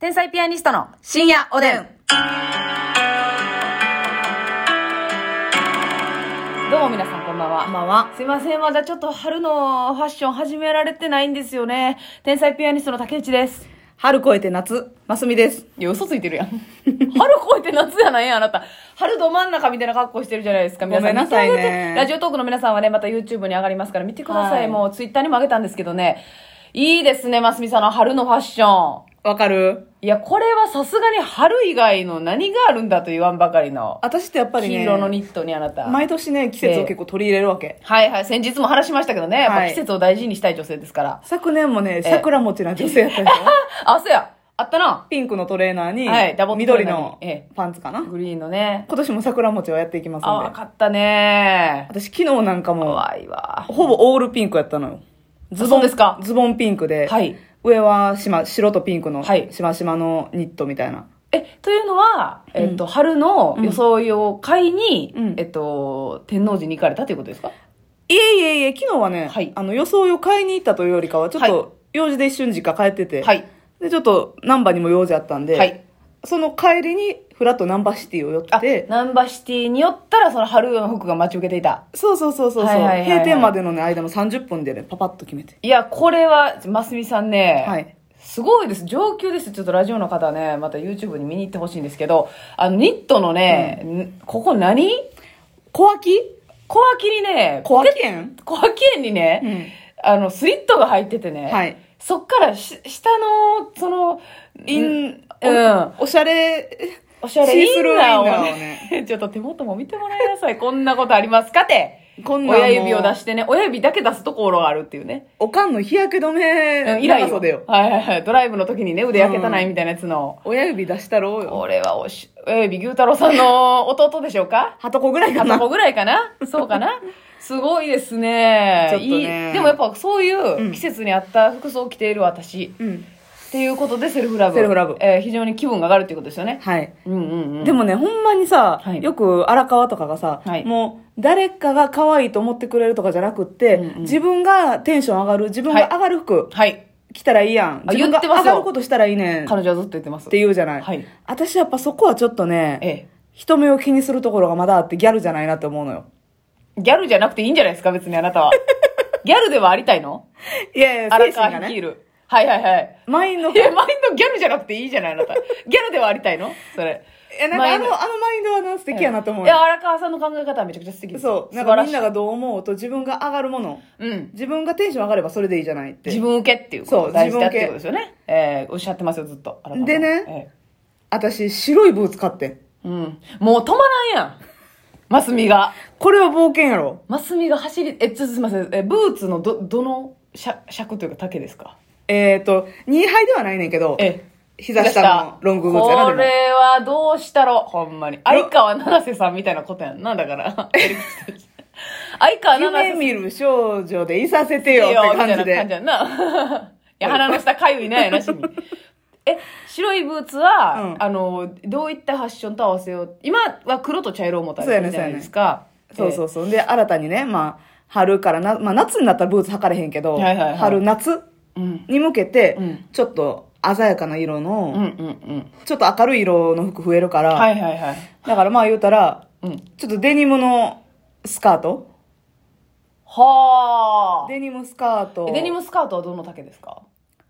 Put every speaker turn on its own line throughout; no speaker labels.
天才ピアニストの
深夜おでん。
どうも皆さんこんばんは。
こんばんは。
すいません、まだちょっと春のファッション始められてないんですよね。天才ピアニストの竹内です。
春越えて夏、ますみです。
いや、嘘ついてるやん。 春越えて夏じゃないやん、あなた。春ど真ん中みたいな格好してるじゃないですか、皆さん。
ごめんなさいね
見てあげてラジオトークの皆さんはね、また YouTube に上がりますから見てください。
はい
もう Twitter にも上げたんですけどね。いいですね、ますみさんの春のファッション。
わかる
いや、これはさすがに春以外の何があるんだと言わんばかりの。
私ってやっぱりね、
黄色のニットにあなた。
毎年ね、季節を結構取り入れるわけ。
はいはい。先日も話しましたけどね。やっぱ
はい
季節を大事にしたい女性ですから。
昨年もね、
え
桜餅な女性やったでしょ
あ、そうや。あったな。
ピンクのトレーナーに、
はいダボっとトレー
緑
ナーに
の
え
パンツかな。
グリーンのね。
今年も桜餅をやっていきます
あ、
ん
わ
で。
かったね。
私昨日なんかも、
怖いわ。
ほぼオールピンクやったのよ。ズ
そ
ボ
う
ン
ですか
ズボンピンクで、
はい。
上はしま白とピンクの
はい
しましまのニットみたいな。
え、というのは、えっと、春の装いを買いに、
うん
えっと、天王寺に行かれたということですか
いえいえいえ、昨日はね、
はい
あの、装いを買いに行ったというよりかは、ちょっ
はい
と、用事で一瞬実家帰ってて、
はい。
で、ちょっと、難波にも用事あったんで、
はい
その帰りに、フラット難波シティを寄
あ
っ、て、
ナンバシティによったら、その春の服が待ち受けていた。
そうそうそうそう、そう
はいはいはいはい
閉店までの、ね、間の30分でね、パパッと決めて。
いや、これは、ますみさんね、
はい。
すごいです。上級です。ちょっとラジオの方ね、また YouTube に見に行ってほしいんですけど、あの、ニットのね、んここ何
小脇
小脇にね、
小脇園
小脇園にね、あの、スリットが入っててね、
はい
そっからし下の、その、
イン、
う
お
ん
おしゃれ、
おしゃれ
シ
イ
ースルー
ンナーを
インナーを
ね、 ちょっと手元も見てもらいなさい。こんなことありますかって。
こんなんも
親指を出してね、親指だけ出すところがあるっていうね。
おかんの日焼け止
うん
め、
以来
長袖よ。
はいはいはい。ドライブの時にね、腕焼けたないみたいなやつの。
親指出したろうよ。
これはおし、親指牛太郎さんの弟でしょう か
はとこぐらいか
あ
な
と。こぐらいかなそうかなすごいですね。
ちょっとね
いいでもやっぱそういうん季節に合った服装を着ている私。
うん。
っていうことでセルフラブ。
セルフラブ
えー非常に気分が上がるっていうことですよね。
はい。
うんうんうん。
でもね、ほんまにさ、
はい
よく荒川とかがさ、
はい
もう誰かが可愛いと思ってくれるとかじゃなくって、
うんうん
自分がテンション上がる、自分が上がる服
はい。
着たらいいやん。
あ
自分
言
が
ってますよ
上がることしたらいいねん。っ
彼女はずっと言ってます。
て言うじゃない。
はい
私やっぱそこはちょっと
え
ね、
え。
人目を気にするところがまだあってギャルじゃないなって思うのよ。
ギャルじゃなくていいんじゃないですか、別にあなたは。 ギャルではあ りたいの
いやいや、
荒
精神
川
が
率い
ね。
る。はいはい はい。
マインド
いや、マインドギャルじゃなくていいじゃない、あなた。ギャルではありたいのそれ。
え、なんか
マイ
あ
ンド
の、あのマインドはな、素敵やなと思う
いや、
よ。
荒川さんの考え方はめちゃくちゃ素敵ですよ。
そう。なん
素晴
かみんな
らし
がどう思うと自分が上がるもの。
い。うん。
自分がテンション上がればそれでいいじゃないって。
自分受けっていうこと
そう
大事だっていうことで
自分受
すよね。えー、おっしゃってますよ、ずっと。荒川さん
でね
ええ
私、白いブーツ買ってん。
うん。もう止まらんやん。マスミが。
これは冒険やろ。
マスミが走り、え、ちょっとすいません。え、ブーツのど、どの尺尺というか丈ですか
えっ、と、2杯ではないねんけど、
ええ。
膝下のロングブーツやな、
こ
でも。
れはどうしたろほんまに。相川七瀬さんみたいなことやんな、だ から。相川七瀬
夢
さん。
見る少女でいさせてよって
みたい
感
な感じ
じで。
やんな。 いや、鼻の下かゆいな、やなし に。え、白いブーツは、
うん
あの、どういったファッションと合わせよう。今は黒と茶色を持た
そう
れ
や
て
ね
るじゃないですか。。
そうそううそう。で、新たにね、まあ、春からな、まあ、夏になったらブーツ履かれへんけど、
はいはいはい
春夏
うん。
に向けて、
うん
ちょっと鮮やかな色
うんうん
の、
うん。
ちょっと明るい色の服増えるから、
はいはいはい。
だからまあ言うたら、
うん。
ちょっとデニムのスカート
はあ。
デニムスカート、
デニムスカートはどの丈ですか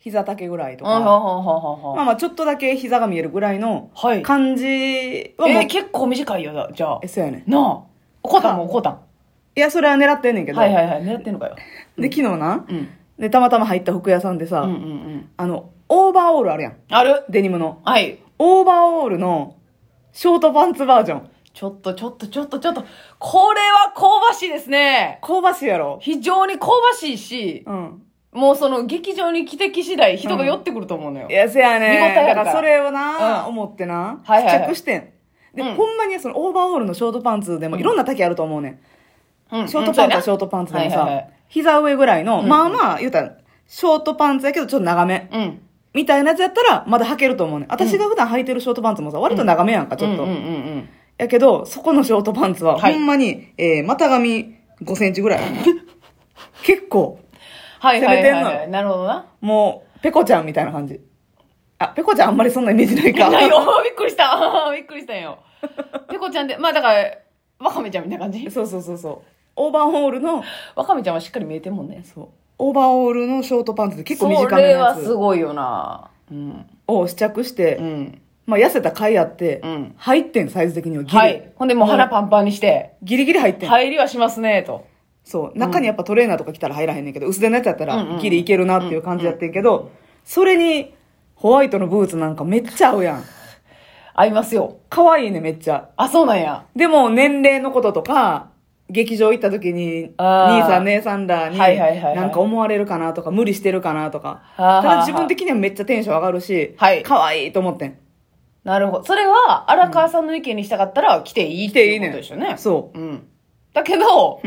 膝丈ぐらいと
うんうんうんうん
か、
うん
まあまあちょっとだけ膝が見えるぐらいの
はい。
感じはも
え
う
ー、結構短いよ、だじゃあ
え。そうやね
なあ。怒ったんも怒ったん。
いやそれは狙ってんねんけど、
はいはいはい。狙ってんのかよ。
で昨日な、
うん。
でたまたま入った服屋さんでさ、
うんうんうん。
あのオーバーオールあるやん
ある
デニムの
はい。
オーバーオールのショートパンツバージョン
ちょっとちょっとちょっとちょっと。これは香ばしいですね。
香ばしいやろ
非常に香ばしいし、
うん
もうその劇場に汽笛次第人が寄ってくると思うのよ。
いやせや
見応えある
ね
から
だからそれをな、
うん
思ってな、
はいはいはい
試着してんで、
うん
ほんまにそのオーバーオールのショートパンツでもいろんな丈あると思うねん、
うん
ショートパンツは
うん
ショートパンツでもさ、
はいはいはい
膝上ぐらいの、
うん
まあまあ言うたらショートパンツやけどちょっと長め
そうやなうん。
みたいなやつやったらまだ履けると思うねん私が普段履いてるショートパンツもさ割と長めやんかちょっと、
うんうんうんうん。
やけど、そこのショートパンツは、
はい
ほんまに、えー、股上5センチぐら い。結構、
はいはいはい、
攻め
は
てん
い。なるほどな。
もう、ペコちゃんみたいな感じ。あ、ペコちゃんあんまりそんなイメージないか。
ないよ。びっくりした。 びっくりしたんよ。ペコちゃんって、まあだから、ワカメちゃんみたいな感じ。
そうそうそうそう。オーバーオールの、
ワカメちゃんはしっかり見えてるもんね。
そう。オーバーオールのショートパンツで結構短
そ
めの
れ
や
はす
つ
ごいよな。うん。
を試着して、
うん。
まあ痩せた甲斐あって、
うん
入ってん、サイズ的にはギリ。
はい。ほんでもう腹パンパンにして、
ギリギリ入ってん。
入りはしますね、と。
そう。中にやっぱトレーナーとか来たら入らへんねんけど、薄手のやつやった
うんうん
らギリいけるなっていう感じやってんけど、それに、ホワイトのブーツなんかめっちゃ合うやん。
合いますよ。
可愛いね、めっちゃ。
あ、そうなんや。
でも、年齢のこととか、劇場行った時に、
あー
兄さん、姉さんらに、
はいはいはいはい
なんか思われるかなとか、無理してるかなとか。
はあ
た
はあ
だ自分的にはめっちゃテンション上がるし、
はい
可愛いと思ってん。
なるほど。それは、荒川さんの意見にしたかったら、来ていいっ
来
て
てい
い
いう
こ
ねん。
とでしょうね。。
そう
ん。だけど、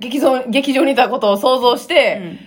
劇場、劇場にいたことを想像し
う。う
て、
ん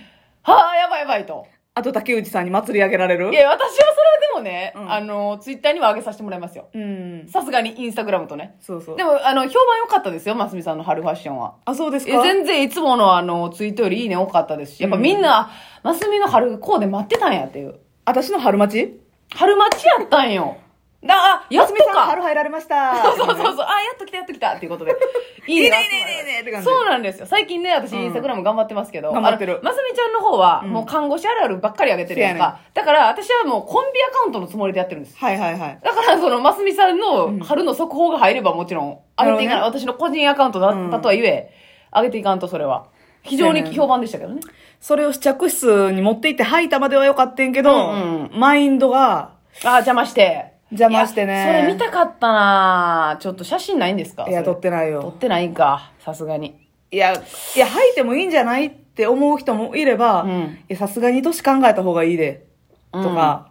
はあ、やばいやばいと。
あと、竹内さんに祭り上げられる
いや、私はそれでもね、
うん
あの、ツイッターには上げさせてもらいますよ。
うん。
さすがにインスタグラムとね。
そうそう。
でも、あの、評判良かったですよ、ますみさんの春ファッションは。
あ、そうです
え
か
全然いつものあの、ツイートよりいいね多かったですし、やっぱみんな、ますみの春コーデ待ってたんやっていう。
私の春待ち
春待ちやったんよ。だ、あ、やっと
夏目さん
か。
春入られました。
そうそうそうそう。あ、やっと来たやっと来たっていうことで。 いいね。
いいねいいねいいねって感じ
そうなんですよ。最近ね、私、
うん
インスタグラム頑張ってますけど。
頑張ってる
あのますみちゃんの方は、
うん
もう看護師あるあるばっかり上げてるやん
せやね
か。だから、私はもうコンビアカウントのつもりでやってるんです。
はいはいはい。
だから、その、ますみさんの春の速報が入ればもちろん、上げていかない。
な
私の個人アカウントだ
うん
ったとは言え、上げていかんと、それは。非常に
せやね
評判でしたけどね。
それを試着室に持って行って吐いたまでは良かったんけど、
うんう
マインドが、
あー、邪魔して。
邪魔してね
いやそれ見たかったなぁちょっと写真ないんですか
いや、
そ
撮
れ
ってな
撮
いよ
っ。てないんか。さすがに。
いや、いや、吐いてもいいんじゃないって思う人もいれば、
うん
いや、さすがに年考えた方がいいで、とか、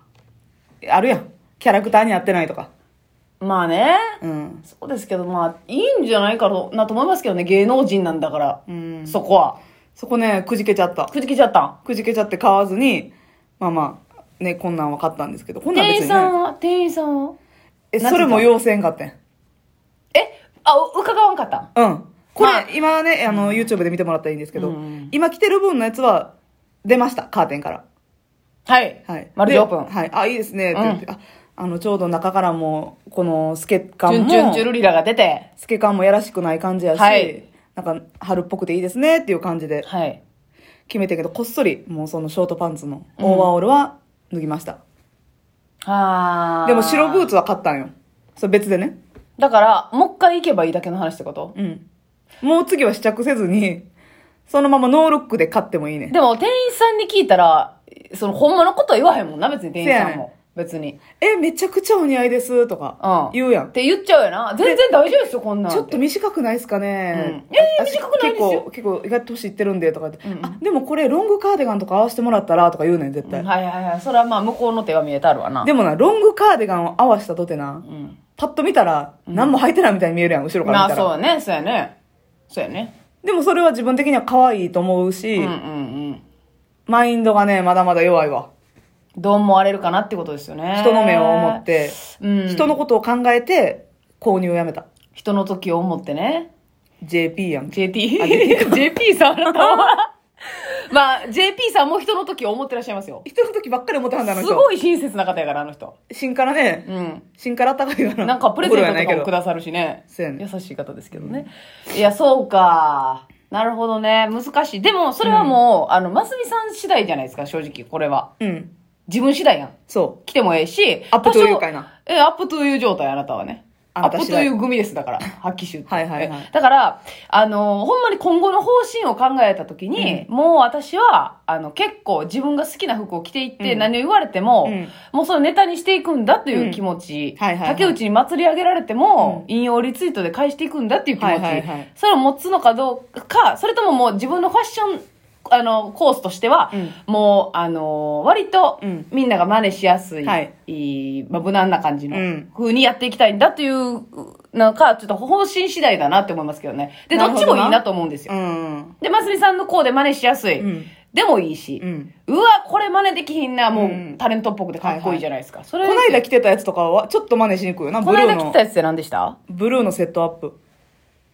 あるやん。キャラクターに合ってないとか。
まあね。
うん。
そうですけど、まあ、いいんじゃないかなと思いますけどね、芸能人なんだから、
うん
そこは。
そこね、くじけちゃった。
くじけちゃったん。
くじけちゃって買わずに、まあまあ、ね、こんなんは買ったんですけど、こんなん
店
別
員
に
さん
ね。
は、店員さんは
え、
なんて言った
それも要請んかってん。
えあ、う伺わんかったん
うん。これ、
まあ
今ね、あの、YouTube で見てもらったらいいんですけど、
うんうん
今着てる分のやつは、出ました、カーテンから。
はい。
はい。
マルチ
で
オープン。
はい。あ、いいですね、って言って、あ、あの、ちょうど中からも、このスケ
チ
感
ュンチュンチュ
も、
ルリラが出て。
スケ感もやらしくない感じやし、
はい
なんか、春っぽくていいですね、っていう感じで
はい。
決めてんけど、こっそり、もうそのショートパンツのオーバーオールは脱ぎました。
あ
でも白ブー
ツ。
ツは買ったんよ。それ別でね。
だから、もう一回行けばいいだけの話ってこと
うん。もう次は試着せずに、そのままノールックで買ってもいいね。
でも、店員さんに聞いたら、その、ほんまのことは言わへんもんな、別に店員さ
せ
ん
やね
も。別に。
え、めちゃくちゃお似合いです、とか
うん、
言うやん
っ。て言っちゃうよな。全然大丈夫ですよ、こんなんて。
ちょっと短くないですかね、
うんいやいや短くないですよ
私結構、結構、意外と年いってるんで、とか言って、
うんうん
あ、でもこれロングカーディガンとか合わせてもらったら、とか言うねん、絶対。
はいはいはい。それはまあ、向こうの手は見えたるわな。
でもな、ロングカーディガンを合わせたとてな、
うん。
パッと見たら、何も履いてないみたいに見えるやん、後ろから
ま
見
あ
たら。
そうやねそうやねそうやね
でもそれは自分的には可愛いと思うし、
うんうんうん
マインドがね、まだまだ弱いわ。
どう思われるかなってことですよね
人の目を思っ、て、
うん、
人のことを考えて、購入をやめた。
人の時を思ってね
JP やんけ。
JT
あ JP
JP さんあなたは まあ JP さんも人の時を思ってらっしゃいますよ
人の時ばっかり思ってはんだ、あの
す
人。
ごい親切な方やからあの人
芯からね、
うん
芯から高いから。
なんかプレゼントとかもく
だ
ださるしね
そうやね
優しい方ですけどね、いやそうかなるほどね難しいでもそれはもう、あのますみさん次第じゃないですか正直これは
うん。
自分次第やん
そう。
来てもええし、
アップトゥー
多
ユー
少
かいな。
え、アップトゥーユー状態、あなたはね。
あ
アップ
私
ト
は
ゥーユー組です、だから、発揮集って
はいはいはい
えだから、あのーほんまに今後の方針を考えたときに、もう私は、あの、結構自分が好きな服を着ていって、
うん
何を言われても、
うん
もうそれをネタにしていくんだという気持ち、
うんはいはいはい
竹内に祭り上げられても、
う
引用リツイートで返していくんだっていう気持ち、
はいはいはい
それを持つのかどうか、それとももう自分のファッション、あの、コースとしては、
うん
もう、あのー割と
うん、
みんなが真似しやすい、
はい
いいまあ、無難な感じの
うん
風にやっていきたいんだという、なんか、ちょっと方針次第だなって思いますけどね。で、どっちもいいなと思うんですよ。
うん。
で、ますみさんのこうで真似しやすい。
うん
でもいいし、
うん
うわ、これ真似できひんな、もう、
うん
タレントっぽくてかっこいいじゃないですか。それ
こないだ着てたやつとかは、ちょっと真似しにくいよな、
こ
ブ
の
ルー
間来
の
た。やつって何でした
ブルーのセットアップ。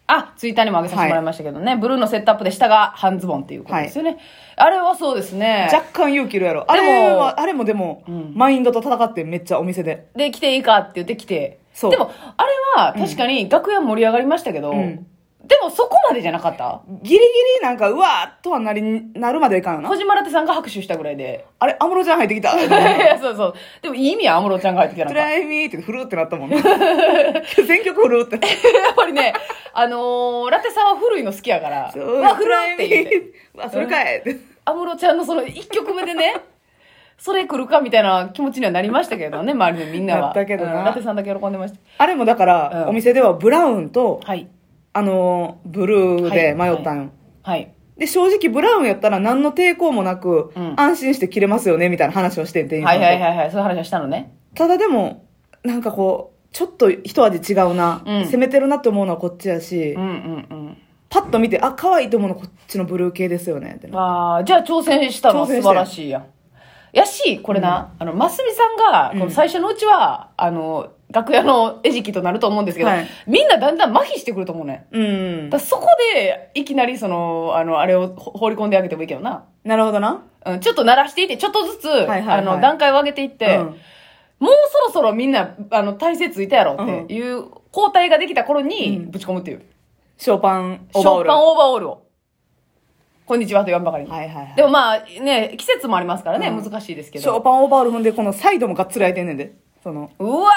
あ、ツイッターにも上げさせてもらいましたけどね、ブルーのセットアップで下が半ズボンっていうことですよね。あれはそうですね。
若干勇気いるやろ。あれは、あれもでも、マインドと戦ってめっちゃお店で。
で、来ていいかって言って来て。
そう
でも、あれは確かに楽屋盛り上がりましたけど、
ん
でもそこまでじゃなかった
ギリギリなんか、うわーっとはなり、なるまでいかんよ
小
な。
島ラテさんが拍手したぐらいで。
あれ、安室ちゃん入ってきた。
いや、そうそう。でもいい意味や、安室ちゃんが入ってきた
ト
なんか。
ライミーって、ふるってなったも んね。選曲ふるって。
やっぱりね、あのーラテさんは古いの好きやから、うわ、古いって言って。
うわ、それかいって。
安室ちゃんのその1曲目でね、 それ来るかみたいな気持ちにはなりましたけどね、周りのみんな
な
は。
ったけどな
うんラテさんだけ喜んでまし
あれもだから、
うん
お店ではブラウンと、
た。はい。
あのー、ブルーで迷ったんよ。
はい。
で、正直ブラウンやったら何の抵抗もなく、
うん
安心して着れますよね、みたいな話をしてん、店員さ
は
ん
い
と。
はいはいはい。そういう話はしたのね。
ただでも、なんかこう、ちょっと一味違うな、
うん
攻めてるなって思うのはこっちやし、
うんうん
パッと見て、あ、可愛いと思うのこっちのブルー系ですよね、って
うん。
な。
ああ、じゃあ挑戦したのは
挑戦し
素
て
晴らしいやん。やし、これな、あの、ますみさんが、この最初のうちは、あの、楽屋の餌食となると思うんですけど、
はい
みんなだんだん麻痺してくると思うね。
うん
だか。らそこで、いきなりその、あの、あれをほ放り込んであげてもいいけどな。
なるほどな。
うん、ちょっと鳴らしていって、ちょっとずつ、
いはいはい
あの、段階を上げていって、
うん
もうそろそろみんな、あの、体勢ついたやろっていう、交代ができた頃に、ぶち込むっていう。
ショーパンオ
シ
ーバ
ョー
ーオール。
パンオーバーオールを。こんにちはと言わんばかりに。
はいはいはい。
でもまあ、ね、季節もありますからね、
うん
難しいですけ
ショー
ど。
パンオーバーオール踏んで、このサイドもがっつり開いてんねんで。その、
うわ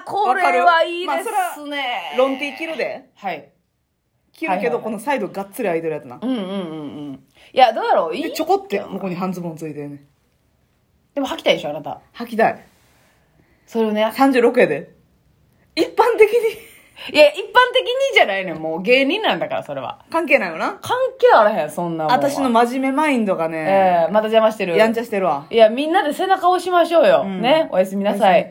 ー、これはいいで
わかるまあ
すね。
ロンティー着るで。
はい。
着る
はい
け
はいは
ど、
い
このサイドがっつり開いてるやつな。
うんうんうんうん。いや、どうやろういい
で、ちょこって、ここに半ズボンついてんねん。
でも吐きたいでしょ、あなた。
履きたい。
それをね。
36やで。一般的に
いや、一般的にじゃないねんもう芸人なんだから、それは。
関係ないよな。
関係あらへん、そんなもんは。
私の真面目マインドがね、
ええまた邪魔してる。
やんちゃしてるわ。
いや、みんなで背中を押しましょうよ。ね。おやすみなさい。